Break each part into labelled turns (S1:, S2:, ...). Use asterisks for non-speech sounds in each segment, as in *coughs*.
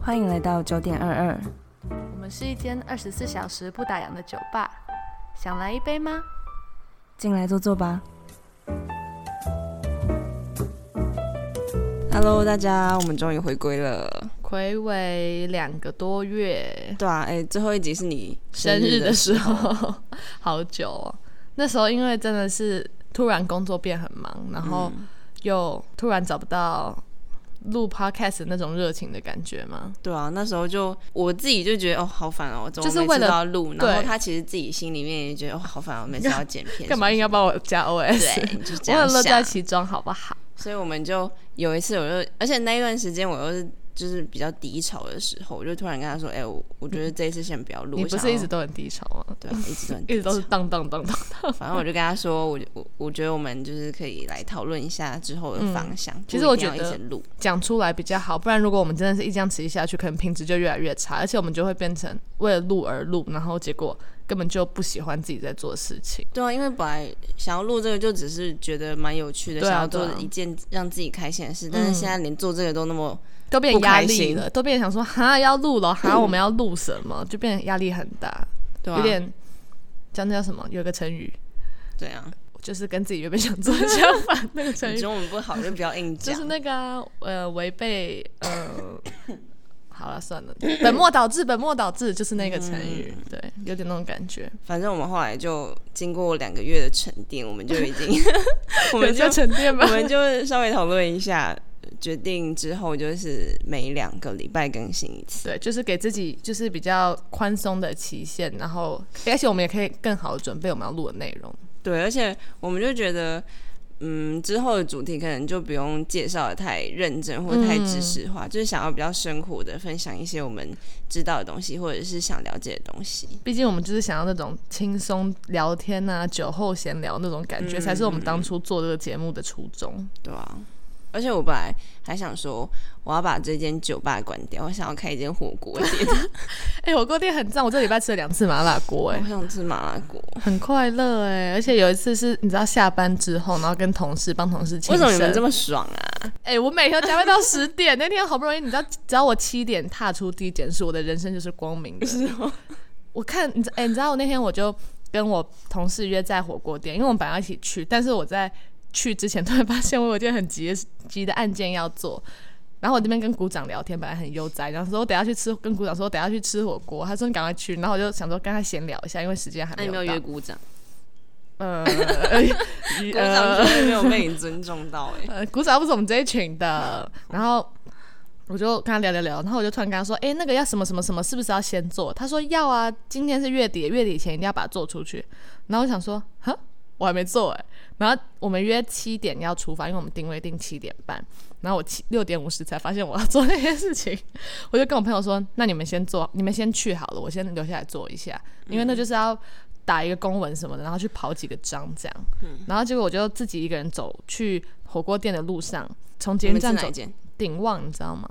S1: 欢迎来到九点二二，
S2: 我们是一间二十四小时不打烊的酒吧，想来一杯吗？
S1: 进来坐坐吧。Hello，大家，我们终于回归了。
S2: 暌违两个多月，
S1: 对啊，哎，最后一集是你
S2: 生日的
S1: 的
S2: 时候， *laughs* 好久哦。那时候因为真的是突然工作变很忙，然后又突然找不到录 podcast 的那种热情的感觉嘛。
S1: 对啊，那时候就我自己就觉得哦，好烦哦，怎么
S2: 就是
S1: 每次
S2: 为了
S1: 都要录，然后
S2: 对
S1: 他其实自己心里面也觉得哦，好烦哦，每次要剪
S2: *laughs*
S1: 片，
S2: 干嘛硬要帮我加
S1: 什么
S2: OS？
S1: 的？对，就这
S2: *laughs* 我
S1: 样
S2: 很乐在
S1: 想。
S2: 其中，好不好？
S1: 所以我们就有一次，我就而且那一段时间我又是就是比较低潮的时候，我就突然跟他说，哎，我我觉得这一次先不要录，
S2: 你
S1: 我
S2: 不
S1: 想
S2: 是
S1: 要
S2: 一直都很低潮吗？
S1: 对啊，一直都很
S2: *laughs* 一直都
S1: 低
S2: 是
S1: 潮
S2: 荡荡荡荡。
S1: 反正我就跟他说，我我我觉得我们就是可以来讨论一下之后的方向。
S2: 嗯其实
S1: 不
S2: 我
S1: 一定要
S2: 觉
S1: 一
S2: 得
S1: 直录，
S2: *laughs* 讲出来比较好，不然如果我们真的是一这样持续下去，可能品质就越来越差，而且我们就会变成为了录而录，然后结果根本就不喜欢自己在做的事情。
S1: 对啊，因为本来想要录这个，就只是觉得蛮有趣的，
S2: 对啊
S1: 想要做
S2: 对啊嗯
S1: 一件让自己开心的事。但是现在连做这个都那么，
S2: 都变
S1: 不
S2: 压
S1: 开
S2: 力
S1: 心嗯
S2: 了，都变想说哈要录了，哈我们要录什么，就变得压力很大，
S1: 对
S2: 有
S1: 啊，
S2: 点叫那叫什么？有个成语
S1: 对啊，
S2: 就是跟自己原本想做的相反，那个成
S1: 你 *laughs*
S2: 语
S1: 中文不好就不要硬
S2: 就
S1: 讲。
S2: 是那个啊、呃违背
S1: *coughs*
S2: 呃。好了，算了，本末倒置，本末倒置就是那个成语，
S1: 嗯
S2: 对，有点那种感觉。
S1: 反正我们后来就经过两个月的沉淀，我们就已
S2: *laughs*
S1: 经，我们
S2: 有
S1: 就
S2: 在沉淀吧
S1: 我。们就稍微讨论一下，决定之后就是每两个礼拜更新一次。
S2: 对，就是给自己就是比较宽松的期限，然后而且我们也可以更好的准备我们要录的内容。
S1: 对，而且我们就觉得，嗯，之后的主题可能就不用介绍的太认真或太知识化，就是想要比较生活的分享一些我们知道的东西，或者是想了解的东西。
S2: 毕竟我们就是想要那种轻松聊天啊、酒后闲聊那种感
S1: 嗯
S2: 觉，才是我们当初做这个节目的初衷。
S1: 对啊，而且我本来还想说，我要把这间酒吧关掉，我想要开一间火锅 *laughs* 店，
S2: 哎、火锅店很赞，我这礼拜吃了两次麻辣锅、哎
S1: 我，想吃麻辣锅。
S2: 很快乐哎、而且有一次是你知道下班之后，然后跟同事帮同事庆
S1: 为什么你们这
S2: 么？
S1: 么爽啊？
S2: 哎、我每天加班到十点，那天好不容易，你知道，只要我七点踏出第一间室，我的人生就是光明的。
S1: 哦
S2: 我看你知，哎、你知道我那天我就跟我同事约在火锅店，因为我们本来要一起去，但是我在去之前突然发现我有一件很急的急的案件要做。然后我这边跟鼓掌聊天，本来很悠哉，然后说我等一下去吃，跟鼓掌说我等一下去吃火锅，他说你赶快去，然后我就想说跟他闲聊一下，因为时间
S1: *laughs*
S2: 还
S1: 那
S2: 没
S1: 你
S2: 有
S1: 没有
S2: 到。
S1: 约鼓掌？
S2: 呃， *laughs*
S1: 鼓
S2: 呃
S1: 掌绝对没有 *laughs* 被你尊重到哎、
S2: 呃，鼓掌不是我们这一群的。然后我就跟他聊聊聊，然后我就突然跟他说：“哎、那个要什么什么什么，是不是要先做？”他说：“要啊，今天是月底，月底前一定要把它做出去。”然后我想说：“哈，我还没做哎、然后我们约七点要出发，因为我们定位定七点半。然后我七六点五十才发现我要做那件事情， *laughs* 我就跟我朋友说：“那你们先做，你们先去好了，我先留下来做一下，因为那就是要打一个公文什么的，然后去跑几个章这样。”
S1: 嗯
S2: 然后结果我就自己一个人走去火锅店的路上，从捷
S1: 你
S2: 运
S1: 们吃
S2: 站
S1: 哪
S2: 走
S1: 一间？
S2: 鼎旺，你知道吗？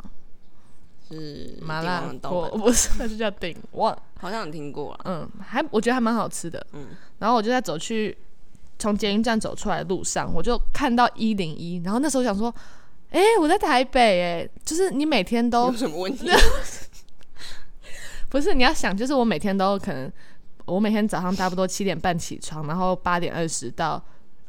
S1: 是
S2: 麻
S1: 帝
S2: 辣
S1: 王的
S2: 锅
S1: 豆
S2: 不是， *laughs* 它就叫鼎旺。
S1: 瓣好像有听过啊。
S2: 嗯，还我觉得还蛮好吃的。嗯，然后我就在走去从捷运站走出来的路上，我就看到一零一，然后那时候想说，哎、我在台北、哎，就是你每天都
S1: 有什么问题？
S2: 不是，你要想，就是我每天都可能，我每天早上差不多七点半起床，然后八点二十到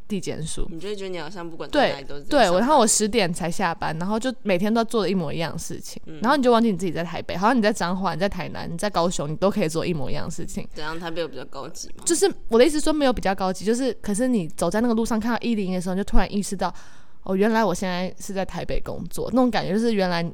S2: 地检署，
S1: 你就会觉得你好像不管在哪
S2: 对
S1: 里都是在
S2: 对，
S1: 上
S2: 我
S1: 班
S2: 然后我十点才下班，然后就每天都做的一模一样的事情，
S1: 嗯
S2: 然后你就忘记你自己在台北，好像你在彰化、你在台南、你在高雄，你都可以做一模一样的事情。
S1: 怎样？他比我比较高级嘛？
S2: 就是我的意思说没有比较高级，就是可是你走在那个路上看到一零的时候，你就突然意识到，哦，原来我现在是在台北工作，那种感觉就是原来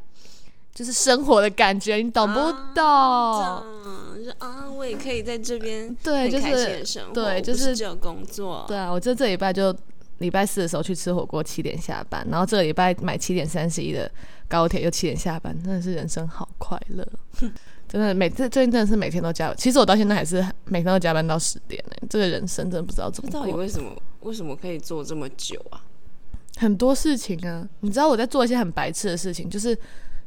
S2: 就是生活的感觉，你懂不懂？
S1: 嗯，就是啊，我也可以在这边
S2: 哦对，
S1: 很
S2: 就
S1: 开心地
S2: 是
S1: 生活，
S2: 对
S1: 我不
S2: 就是
S1: 是只有工作。
S2: 对啊，我这这礼拜就礼拜四的时候去吃火锅，七点下班，然后这个礼拜买七点三十一的高铁，又七点下班，真的是人生好快乐。 *laughs* 真的，每次最近真的是每天都加班。其实我到现在还是每天都加班到十点呢、这个人生真的不知道怎
S1: 这
S2: 么
S1: 到底
S2: 过。
S1: 为什么？为什么可以做这么久啊？
S2: 很多事情啊，你知道我在做一些很白痴的事情，就是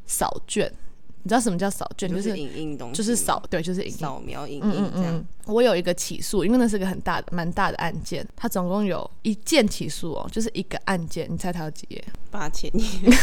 S2: 扫卷，你知道什么叫扫卷？
S1: 就
S2: 就是是
S1: 影印东西，
S2: 就是扫，对，就是影印。
S1: 扫描影
S2: 嗯
S1: 印
S2: 嗯
S1: 这样
S2: 嗯，，我有一个起诉，因为那是个很大的、蛮大的案件，它总共有一件起诉哦，就是一个案件，你猜它有几页？ *laughs*
S1: 八千页， *laughs*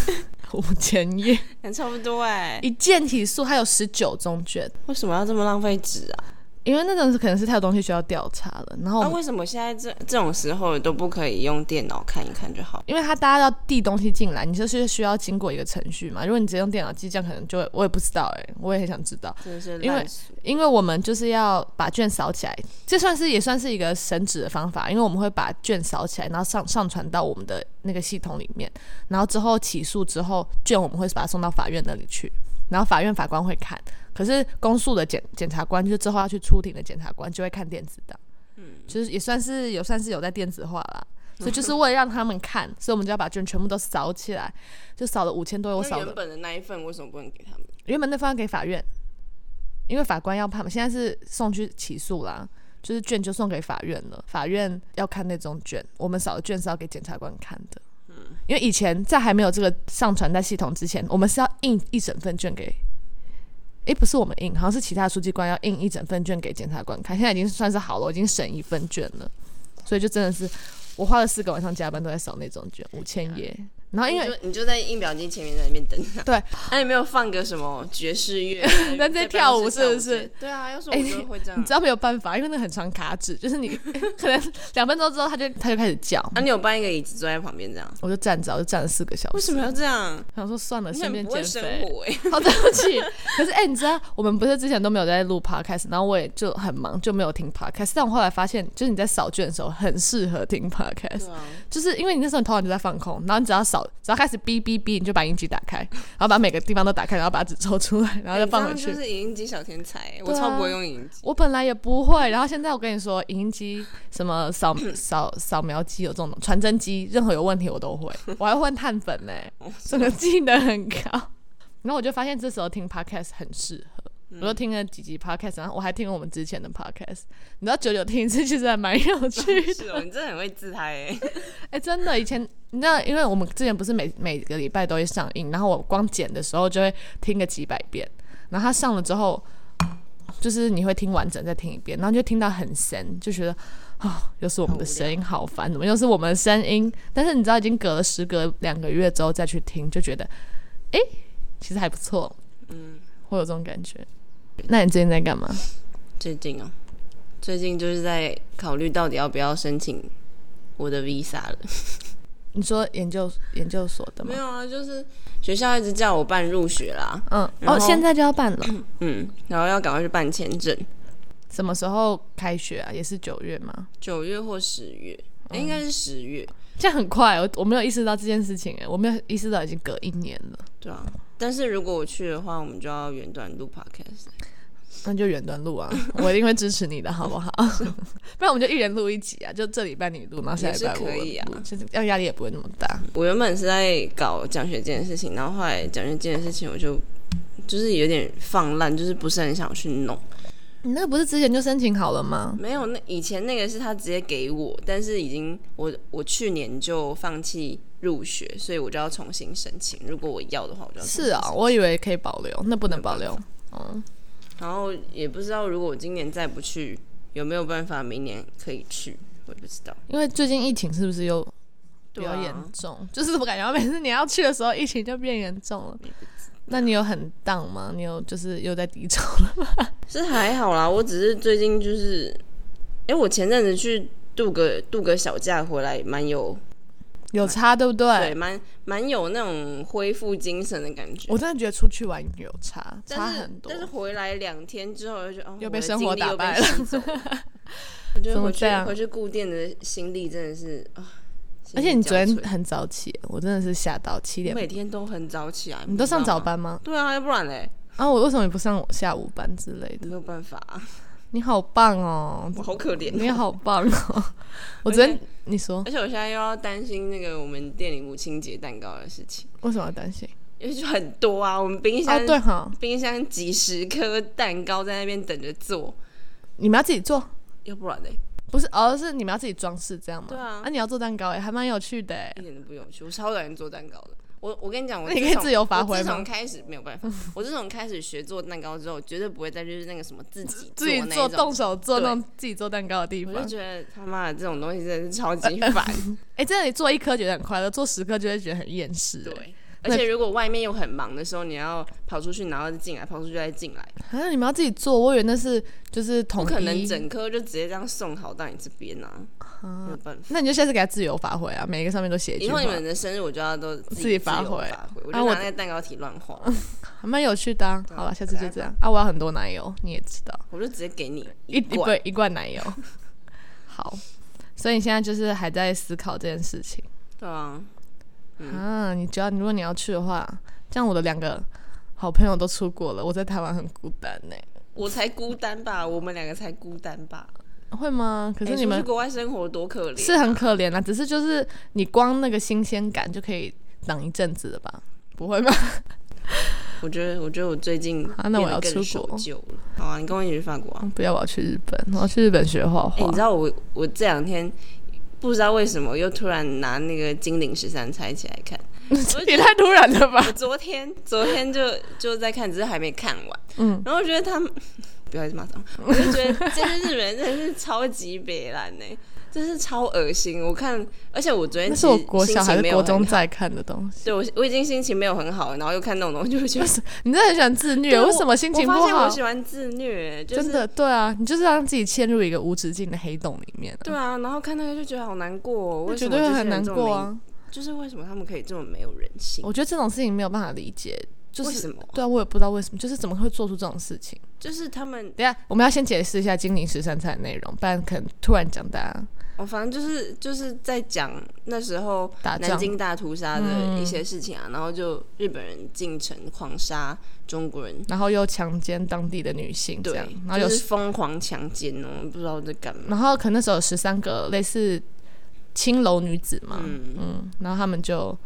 S2: 五千页，
S1: 差不多哎。
S2: 一件起诉，它有十九宗卷，
S1: 为什么要这么浪费纸啊？
S2: 因为那种可能是它有东西需要调查了，然后我
S1: 啊，
S2: 们
S1: 为什么现在这这种时候都不可以用电脑看一看就好？
S2: 因为他大家要递东西进来，你就是需要经过一个程序嘛。如果你直接用电脑寄，这样可能就会我也不知道哎、我也很想知道，
S1: 真的是
S2: 因为
S1: 烂死
S2: 因为我们就是要把卷扫起来，这算是也算是一个省纸的方法，因为我们会把卷扫起来，然后上上传到我们的那个系统里面，然后之后起诉之后，卷我们会把它送到法院那里去，然后法院法官会看，可是公诉的检检察官就是之后要去出庭的检察官就会看电子档，嗯，就是也算是有算是有在电子化啦。所以就是为了让他们看，所以我们就要把卷全部都扫起来，就扫了五千多页，我
S1: 那
S2: 扫了
S1: 原本的那一份为什么不能给他们？
S2: 原本那份要给法院，因为法官要判嘛，现在是送去起诉啦，就是卷就送给法院了，法院要看那种卷，我们扫的卷是要给检察官看的。嗯，因为以前在还没有这个上传在系统之前，我们是要印一整份卷给，诶，不是我们印，好像是其他书记官要印一整份卷给检察官看，现在已经算是好了，我已经省一份卷了，所以就真的是我花了四个晚上加班都在扫那种卷，五千页，然后因为
S1: 你就你就在印表机前面在那边等他。
S2: 对，
S1: 那、你没有放个什么爵士 *laughs* 乐？
S2: 在跳舞是
S1: 在办公
S2: 不是
S1: 室跳舞？对啊，要是我
S2: 哎
S1: 就会这样
S2: 你。知道没有办法，因为那个很常卡纸，就是
S1: *laughs*
S2: 你可能两分钟之后，他就他就开始叫，
S1: 啊，你有搬一个椅子坐在旁边这样？
S2: 我就站着，我就站了四个小时。
S1: 为什么要这样？
S2: 想说算了，
S1: 你
S2: 顺
S1: 很
S2: 便
S1: 不
S2: 减
S1: 会生
S2: 肥。
S1: 活哎、 *laughs*
S2: 好，对不起。可是哎、你知道我们不是之前都没有在录 podcast，然后我也就很忙，就没有听 podcast。但我后来发现，就是你在扫卷的时候，很适合听 podcast，、
S1: 啊
S2: 就是因为你那时候你头脑就在放空，然后你只要扫，只要开始哔哔哔，你就把音机打开，然后把每个地方都打开，然后把纸抽出来，然后再
S1: 哎你
S2: 放
S1: 这
S2: 回
S1: 样
S2: 去。
S1: 就是影音机小天才，欸我
S2: 对啊
S1: 超不会用影音机。
S2: 我本来也不会，然后现在我跟你说，影印机、什么扫扫扫描机有这种传真机，任何有问题我都会，我还换碳粉呢、整个技能很高。然后我就发现这时候听 podcast 很适合，我就听了几集 podcast，然后我还听了我们之前的 podcast，你知道久久听一次其实还蛮有趣的，
S1: 是哦，你真的很会自嗨哎、
S2: 哎、真的以前。你知道，因为我们之前不是每每个礼拜都会上映，然后我光剪的时候就会听个几百遍，然后它上了之后，就是你会听完整再听一遍，然后就听到很神，就觉得啊、又是我们的声音，好烦，怎么又是我们的声音？但是你知道，已经隔了时隔两个月之后再去听，就觉得，诶，其实还不错，
S1: 嗯，
S2: 会有这种感觉。那你最近在干嘛？
S1: *laughs* 最近哦，最近就是在考虑到底要不要申请我的 visa 了。
S2: 你说研究研究所的吗
S1: 没？有啊，就是学校一直叫我办入学啦，
S2: 嗯，
S1: 然
S2: 哦，
S1: 后
S2: 现在就要办了，
S1: 嗯，然后要赶快去办签证，
S2: 什么时候开学啊？也是九月吗？
S1: 九月或十月，诶应该是十月，
S2: 这样很快，我我没有意识到这件事情，哎，我没有意识到已经隔一年了，
S1: 对啊。但是如果我去的话，我们就要远短录 podcast。
S2: 那就远端录啊， *laughs* 我一定会支持你的，好不好？ *laughs* 不然我们就一人录一集啊，就这礼拜你录，然后下礼拜我
S1: 也是可以啊
S2: 录，就是要压力也不会那么大。
S1: 我原本是在搞奖学金的事情，然后后来奖学金的事情我就就是有点放烂，就是不是很想去弄。
S2: 你那个不是之前就申请好了吗？
S1: 没有，那以前那个是他直接给我，但是已经我我去年就放弃入学，所以我就要重新申请。如果我要的话，我就要重新
S2: 是啊，我以为可以保留，那不能保留。哦，
S1: 然后也不知道如果我今年再不去，有没有办法明年可以去，我也不知道。
S2: 因为最近疫情是不是又比
S1: 对
S2: 较
S1: 啊
S2: 严重？就是我感觉每次你要去的时候，疫情就变严重了。那你有很荡吗？你有就是又在低潮了吗？
S1: 是还好啦，我只是最近就是，哎、我前阵子去度个度个小假回来，蛮有
S2: 有差对不
S1: 对，蛮蛮有那种恢复精神的感觉。
S2: 我真的觉得出去玩有差，差
S1: 但是
S2: 很多
S1: 但。是回来两天之后，我就觉得哦，
S2: 又
S1: 我
S2: 被
S1: 的
S2: 生
S1: 精
S2: 活
S1: 力
S2: 打
S1: 又被
S2: 败了 *laughs*
S1: 吸走了。我觉
S2: 怎
S1: 得
S2: 么
S1: 回去
S2: 这样
S1: 回去固店的心力真的是啊，心
S2: 而
S1: 力
S2: 且你昨天
S1: 交瘁
S2: 很早起，我真的是吓到七
S1: 我
S2: 点。
S1: 每天都很早起来，
S2: 你都上
S1: 知道
S2: 早
S1: 吗？
S2: 班吗？
S1: 对啊，要不然嘞，
S2: 啊，我为什么也不上下午班之类的？
S1: 没有办法啊、 *laughs*
S2: 你好棒哦，
S1: 我好可怜哦。
S2: 你好
S1: *laughs*
S2: 棒哦！我
S1: 而
S2: 昨天
S1: 且
S2: 你说
S1: 而且我现在又要担心那个我们店里母亲节蛋糕的事情，
S2: 为什么要担心？
S1: 因为就很多啊，我们冰
S2: 啊，
S1: 箱、
S2: 对哈，
S1: 冰箱几十颗蛋糕在那边等着做，
S2: 你们要自己做，
S1: 要不然嘞，
S2: 不是哦，是你们要自己装饰这样吗？
S1: 对啊
S2: 欸啊，你要做蛋糕哎，还蛮有趣的哎
S1: 一。点都不有趣。我超讨厌做蛋糕的，我我跟你讲，我
S2: 你
S1: 自
S2: 可以
S1: 从
S2: 自由发挥
S1: 我自
S2: 吗
S1: 从开始没有
S2: *laughs*
S1: 办法，我自从开始学做蛋糕之后，绝对不会再就是那个什么自己
S2: 自己
S1: 那
S2: 做
S1: 种
S2: 动手做
S1: 对
S2: 那种自己做蛋糕的地
S1: 我
S2: 方。
S1: 就觉得他妈的这种东西真的是超级
S2: *laughs*
S1: 烦。
S2: 哎、真的，你做一颗觉得很快乐，做十颗就会觉得很厌世。哎，
S1: 对，而且如果外面又很忙的时候，你要跑出去，然后进来，跑出去再进来，
S2: 啊，你们要自己做，我以为那是就是
S1: 不
S2: 统
S1: 可能
S2: 一
S1: 整颗就直接这样送好到你这边啊，没有办法。
S2: 那你就下次给他自由发挥啊，每一个上面都写一
S1: 以
S2: 句
S1: 后
S2: 话
S1: 你，们的生日我就要都自
S2: 自己发
S1: 发
S2: 挥
S1: 发挥，我
S2: 啊
S1: 就
S2: 我
S1: 拿那个蛋糕体乱画，
S2: 还蛮有趣的、啊。
S1: 对啊
S2: 好了，下次就这样啊。我要很多奶油，你也知道，
S1: 我就直接给你
S2: 一一
S1: 罐。
S2: 罐一罐奶油。 *laughs* 好，所以你现在就是还在思考这件事情
S1: 对啊，
S2: 啊。你只要如果你要去的话，这样我的两个好朋友都出国了，我在台湾很孤单欸呢、
S1: 我才孤单吧，我们两个才孤单吧。
S2: 会吗？可
S1: 可
S2: 是你们
S1: 欸去国外生活多可怜，
S2: 是很可怜啦，啊只是就是你光那个新鲜感就可以挡一阵子的吧？不会吗？
S1: 我觉得，我觉得我最近
S2: 啊那我要
S1: 变得更
S2: 出
S1: 守
S2: 国
S1: 旧了。好啊，你跟我一起去法国啊。
S2: 哦不要，我要去日本，我要去日本学画
S1: 哎、
S2: 画
S1: 你。知道我我这两天不知道为什么又突然拿那个《金陵十三钗》起来看。
S2: *laughs* 也太突然了吧
S1: 我？昨天昨天就就在看，只是还没看完。
S2: 嗯，
S1: 然后我觉得他们 *laughs* 不要一直骂脏话，我就觉得这些日本人真的是超级北蓝呢、真是超恶心。我看，而且我昨天
S2: 那
S1: 其实
S2: 是我国
S1: 心
S2: 小还
S1: 情
S2: 是
S1: 没有
S2: 国
S1: 很
S2: 中
S1: 好，
S2: 在看的东西。
S1: 对我我已经心情没有很好了，然后又看那种东西，就会
S2: *laughs*
S1: 觉得
S2: 你真的很喜欢自虐，
S1: 对
S2: 为什么心情不
S1: 我发现
S2: 好
S1: 我？喜欢自虐、就是、
S2: 真的，对啊，你就是让自己陷入一个无止境的黑洞里面啊，
S1: 对啊，然后看那个就觉得好难过、哦，
S2: 我
S1: 为
S2: 觉
S1: 什么
S2: 得
S1: 这
S2: 会
S1: 些
S2: 很
S1: 人
S2: 难
S1: 这么
S2: 过
S1: 没。
S2: 啊。
S1: 就是为什么他们可以这么没有人性？
S2: 我觉得这种事情没有办法理解，就
S1: 为什
S2: 是
S1: 么
S2: 对啊，我也不知道为什么，就是怎么会做出这种事情。
S1: 就是他们，
S2: 等一下，我们要先解释一下《精灵十三钗》的内容，不然可能突然讲大家
S1: 我哦反正就是就是在讲那时候
S2: 打
S1: 南
S2: 仗。嗯
S1: 京大屠杀的一些事情啊，然后就日本人进城狂杀中国人，
S2: 然后又强奸当地的女性，这
S1: 对
S2: 样，，然后有，
S1: 就是疯狂强奸哦，不知道在干嘛。
S2: 然后可能那时候有十三个类似青楼女子嘛，
S1: 嗯，
S2: 嗯，然后他们就，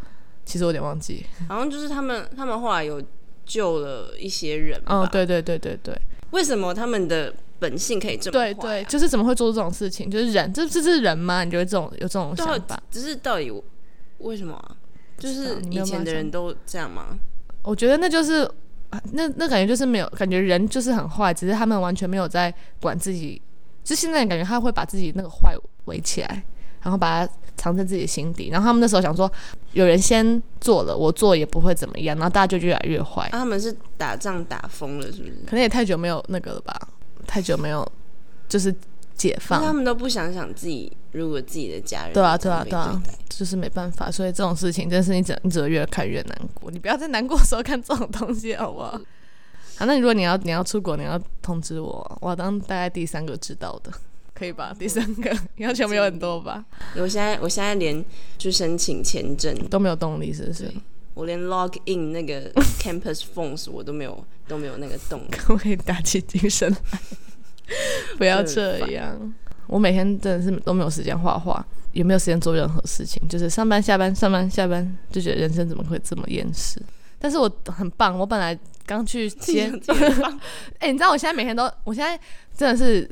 S2: 其实我有点忘记，
S1: 好像就是他们他们后来有救了一些人吧。
S2: 哦，，对对对对对
S1: 为什么他们的本性可以这么坏
S2: 对
S1: 啊
S2: 对，就是怎么会做出这种事情？就是人，这这是人吗？你就会这种有这种
S1: 对
S2: 想
S1: 啊
S2: 法？
S1: 只是到底我为什么啊？就
S2: 知
S1: 是
S2: 道你没有
S1: 以前
S2: 办法
S1: 的人
S2: 想
S1: 都这样吗？
S2: 我觉得那就是，啊那那感觉就是没有，感觉人就是很坏，只是他们完全没有在管自己，就现在感觉他会把自己那个坏围起来，然后把它藏在自己的心底，然后他们那时候想说，有人先做了，我做也不会怎么样，然后大家就越来越坏，
S1: 啊，他们是打仗打疯了，是不是？
S2: 可能也太久没有那个了吧，太久没有就是解
S1: 但他
S2: 放，
S1: 们都不想想自己，如果自己的家人
S2: 对啊
S1: 这样被
S2: 对啊
S1: 对待
S2: 就是没办法，所以这种事情真是你只你只会越看越难过，你不要在难过的时候看这种东西好
S1: 嗯
S2: 不好？好，那如果你要你要出国，你要通知我，我要当大概第三个知道的，可以吧？第 *laughs* 三个要求没有很多吧，
S1: 我现在我现在连去申请签证，
S2: 都没有动力，是不是 *laughs*
S1: 对？我连 log in 那个 campus phones 我都没有都没有那个动力。
S2: 可不可以打起精神来？
S1: *laughs*，
S2: 不要这样，我每天真的是都没有时间画画，也没有时间做任何事情，就是上班下班上班下班，就觉得人生怎么会这么厌世？但是我很棒，我本来刚去接
S1: 这样子吧
S2: *laughs* 哎、你知道我现在每天都，我现在真的是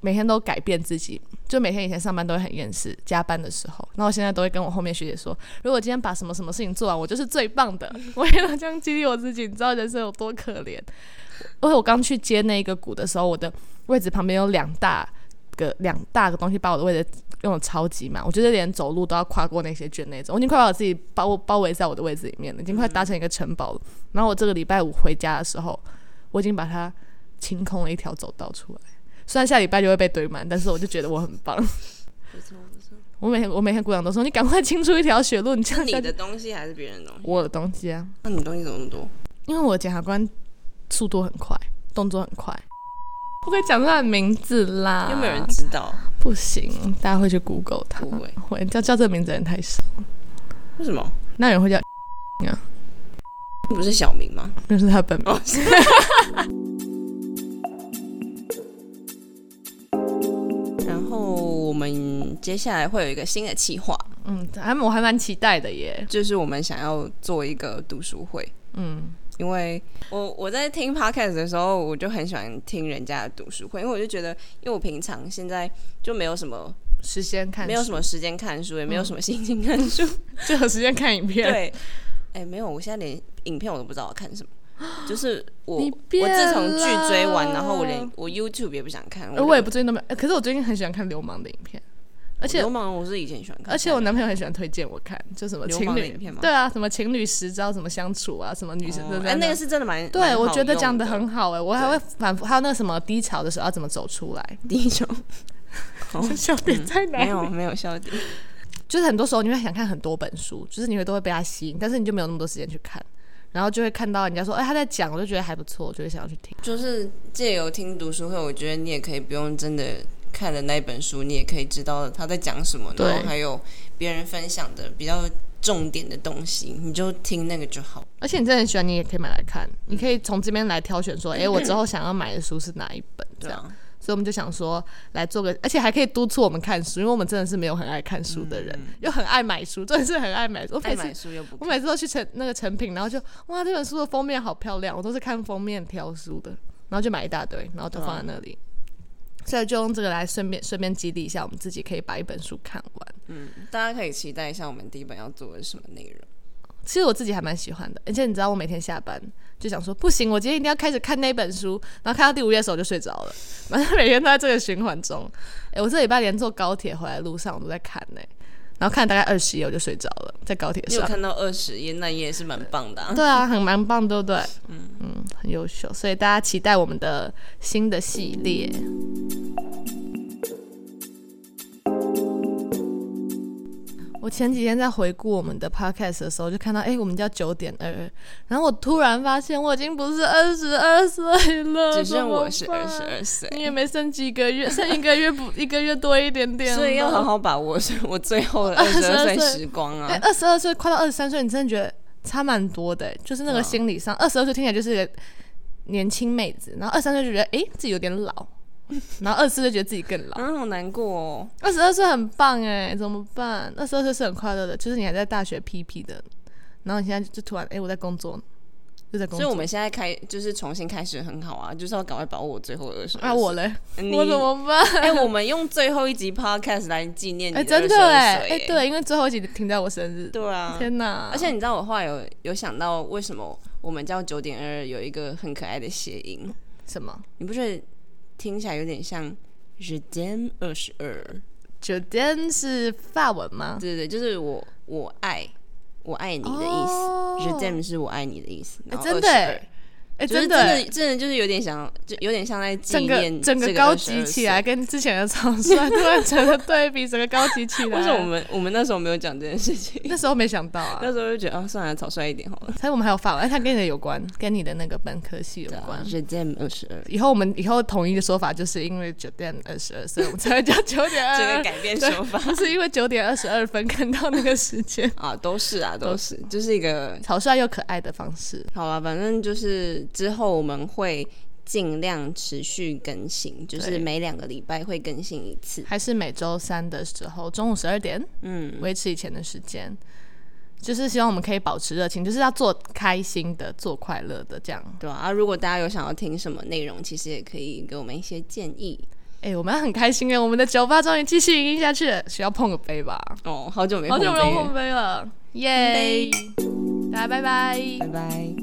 S2: 每天都改变自己，就每天以前上班都会很厌世，加班的时候，那我现在都会跟我后面学姐说，如果今天把什么什么事情做完，我就是最棒的， *laughs* 我也要这样激励我自己，你知道人生有多可怜。因为我刚去接那个鼓的时候，我的位置旁边有两大个两大个东西把我的位置用的超级满，我觉得连走路都要跨过那些圈那种，我已经快把我自己包包围在我的位置里面了，已经快达成一个城堡了。然后我这个礼拜五回家的时候，我已经把它清空了一条走道出来。虽然下礼拜就会被堆满，但是我就觉得我很棒。
S1: 不错不错，
S2: 我每天我每天鼓掌都说你赶快清出一条血路，你这
S1: 是
S2: 样
S1: 你
S2: 下去
S1: 的东西还是别人的东西？
S2: 我的东西啊，
S1: 那、你东西怎么那么多？
S2: 因为我检察官速度很快，动作很快，不可以讲出他的名字啦，
S1: 又没有人知道，
S2: 不行，大家会去 Google 他，
S1: 不会？
S2: 会叫叫这个名字的人太少，
S1: 为什么？
S2: 那有人会叫，
S1: 不是小明吗？
S2: 那是他本名。
S1: 哦，是 *laughs* 然后我们接下来会有一个新的计划，
S2: 嗯，还我还蛮期待的耶，
S1: 就是我们想要做一个读书会，
S2: 嗯，
S1: 因为我我在听 podcast 的时候，我就很喜欢听人家的读书会，因为我就觉得，因为我平常现在就没有什么
S2: 时间看，
S1: 没有什
S2: 么，
S1: 么时间看书，也没有什么心情看书，
S2: 就有时间看影片，
S1: 对。哎、哎、没有，我现在连影片我都不知道我看什么。
S2: *gasps*
S1: 就是我，
S2: 你
S1: 我
S2: 变
S1: 自从剧追完，
S2: 了
S1: 然后我连我 YouTube 也不想看。
S2: 而我也不最近都没有，呃可是我最近很喜欢看流氓的影片，而且
S1: 流氓，我是以前喜欢看，
S2: 而且我男朋友很喜欢推荐我看，就什么
S1: 流
S2: 情
S1: 氓的
S2: 侣
S1: 影片吗
S2: 对啊，什么情侣实招怎么相处啊，什么女生
S1: 哦
S2: 的、
S1: 哎、那个是真的蛮，
S2: 对我觉得讲
S1: 的
S2: 的很好哎、我还会反复，还有那个什么低潮的时候要怎么走出来，
S1: 第一种，
S2: *laughs*
S1: 嗯
S2: 笑点在哪
S1: 没有
S2: 里？
S1: 没有笑点。
S2: 就是很多时候你会想看很多本书，就是你会都会被它吸引，但是你就没有那么多时间去看，然后就会看到人家说哎、他在讲，我就觉得还不错，我就会想要去听。
S1: 就是借由听读书会，我觉得你也可以不用真的看了那一本书，你也可以知道他在讲什么，
S2: 对
S1: 然后还有别人分享的比较重点的东西，你就听那个就好。
S2: 而且你真的很喜欢，你也可以买来看，你可以从这边来挑选说，哎、我之后想要买的书是哪一本这
S1: 对
S2: 样。
S1: 啊，
S2: 所以我们就想说来做个，而且还可以督促我们看书，因为我们真的是没有很爱看书的人，又很爱买书，真的是很嗯爱买书。我每
S1: 爱买
S2: 次
S1: 书又不
S2: 我
S1: 看，
S2: 每次都去成那个成品，然后就哇，这本书的封面好漂亮，我都是看封面挑书的，然后就买一大堆，然后都放在那里。所以就用这个来顺便顺便激励一下我们自己，可以把一本书看完。
S1: 大家可以期待一下我们第一本要做的是什么内容。
S2: 其实我自己还蛮喜欢的，而且你知道，我每天下班就想说，不行，我今天一定要开始看那本书，然后看到第五页的时候我就睡着了， *laughs* 反正每天都在这个循环中。哎、我这礼拜连坐高铁回来路上我都在看呢、然后看了大概二十页我就睡着了，在高铁
S1: 你有
S2: 上。
S1: 看到二十页，那也是蛮棒的、啊。
S2: *laughs* 对
S1: *laughs*
S2: 啊，很蛮棒，对不对？嗯嗯，很优秀，所以大家期待我们的新的系列。我前几天在回顾我们的 podcast 的时候，就看到，哎、我们叫九点二二，然后我突然发现我已经不是二十二岁了，
S1: 只剩我是
S2: 怎么
S1: 二
S2: 办
S1: 十，二岁，
S2: 你也没剩几个月，剩一个月不一个月多一点点
S1: *laughs*
S2: 了，
S1: 所以要好好把握我最后的二十二岁时光
S2: 哎，
S1: 啊！
S2: 二十二岁快到二十三岁，你真的觉得差蛮多的、欸就是那个
S1: 嗯
S2: 心理上，二十二岁听起来就是个年轻妹子，然后二十三岁就觉得哎、自己有点老， *laughs* 然后二十四岁觉得自己更老。
S1: 啊，好难过哦。
S2: 二十二岁很棒哎、怎么办？二十二岁是很快乐的，就是你还在大学屁屁的，然后你现在就突然哎、我在工作，又在工
S1: 所以
S2: 作。
S1: 我们现在开就是重新开始很好啊，就是要赶快把握我最后二十。
S2: 啊 *laughs* 我嘞，
S1: 你
S2: 我怎么办？
S1: 哎、我们用最后一集 podcast 来纪 *laughs* 念你
S2: 哎、
S1: 的
S2: 真的哎、
S1: 哎、
S2: 哎、对，因为最后一集停在我生日。
S1: 对啊。
S2: 天哪！
S1: 而且你知道，我后来有有想到为什么我们叫九点二有一个很可爱的谐音，
S2: 什么
S1: 你不觉得听起来有点像 j d a m 二十二？
S2: 九点是法文吗？
S1: 对对，对就是我我爱我爱你的意思
S2: 哦
S1: j d a m 是我爱你的意思，然后
S2: 真的
S1: 22
S2: 哎哎、
S1: 就是
S2: 真的哎、
S1: 真的真的就是有点想，就有点像在纪
S2: 整
S1: 念
S2: 个整
S1: 这
S2: 个
S1: 个
S2: 高
S1: 22
S2: 级起
S1: 岁
S2: 来，。跟之前的草率 *laughs* 突然成了对比，整个高级起来。
S1: 为什么我们我们那时候没有讲这件事情？
S2: 那时候没想到
S1: *laughs*
S2: 啊
S1: 那？时候就觉得啊，算了，草率一点好了。
S2: 所以我们还有法文，哎它跟你的有关，跟你的那个本科系有关。
S1: 是 Jam 啊二十二，
S2: 以后我们以后统一的说法，就是因为九点二十二，所以我们才会叫九点
S1: 这个
S2: 二
S1: 改变
S2: 呃对
S1: 手法
S2: 不是因为九点二十二分看到那个时间，
S1: *laughs* 啊，都是啊，都是，就是一个
S2: 草率又可爱的方式。
S1: 好啊，反正就是之后我们会尽量持续更新，就是
S2: 对
S1: 每两个礼拜会更新一次。
S2: 还是每周三的时候中午十二点，
S1: 嗯，
S2: 维持以前的时间，就是希望我们可以保持热情，就是要做开心的，做快乐的这样。
S1: 对啊啊，如果大家有想要听什么内容，其实也可以给我们一些建议
S2: 哎、我们很开心哎，我们的酒吧终于继续营运下去了，需要碰个杯吧？
S1: 哦。好久没
S2: 好久没有
S1: 碰
S2: 碰杯了，耶！大家拜拜。
S1: 杯了，拜拜。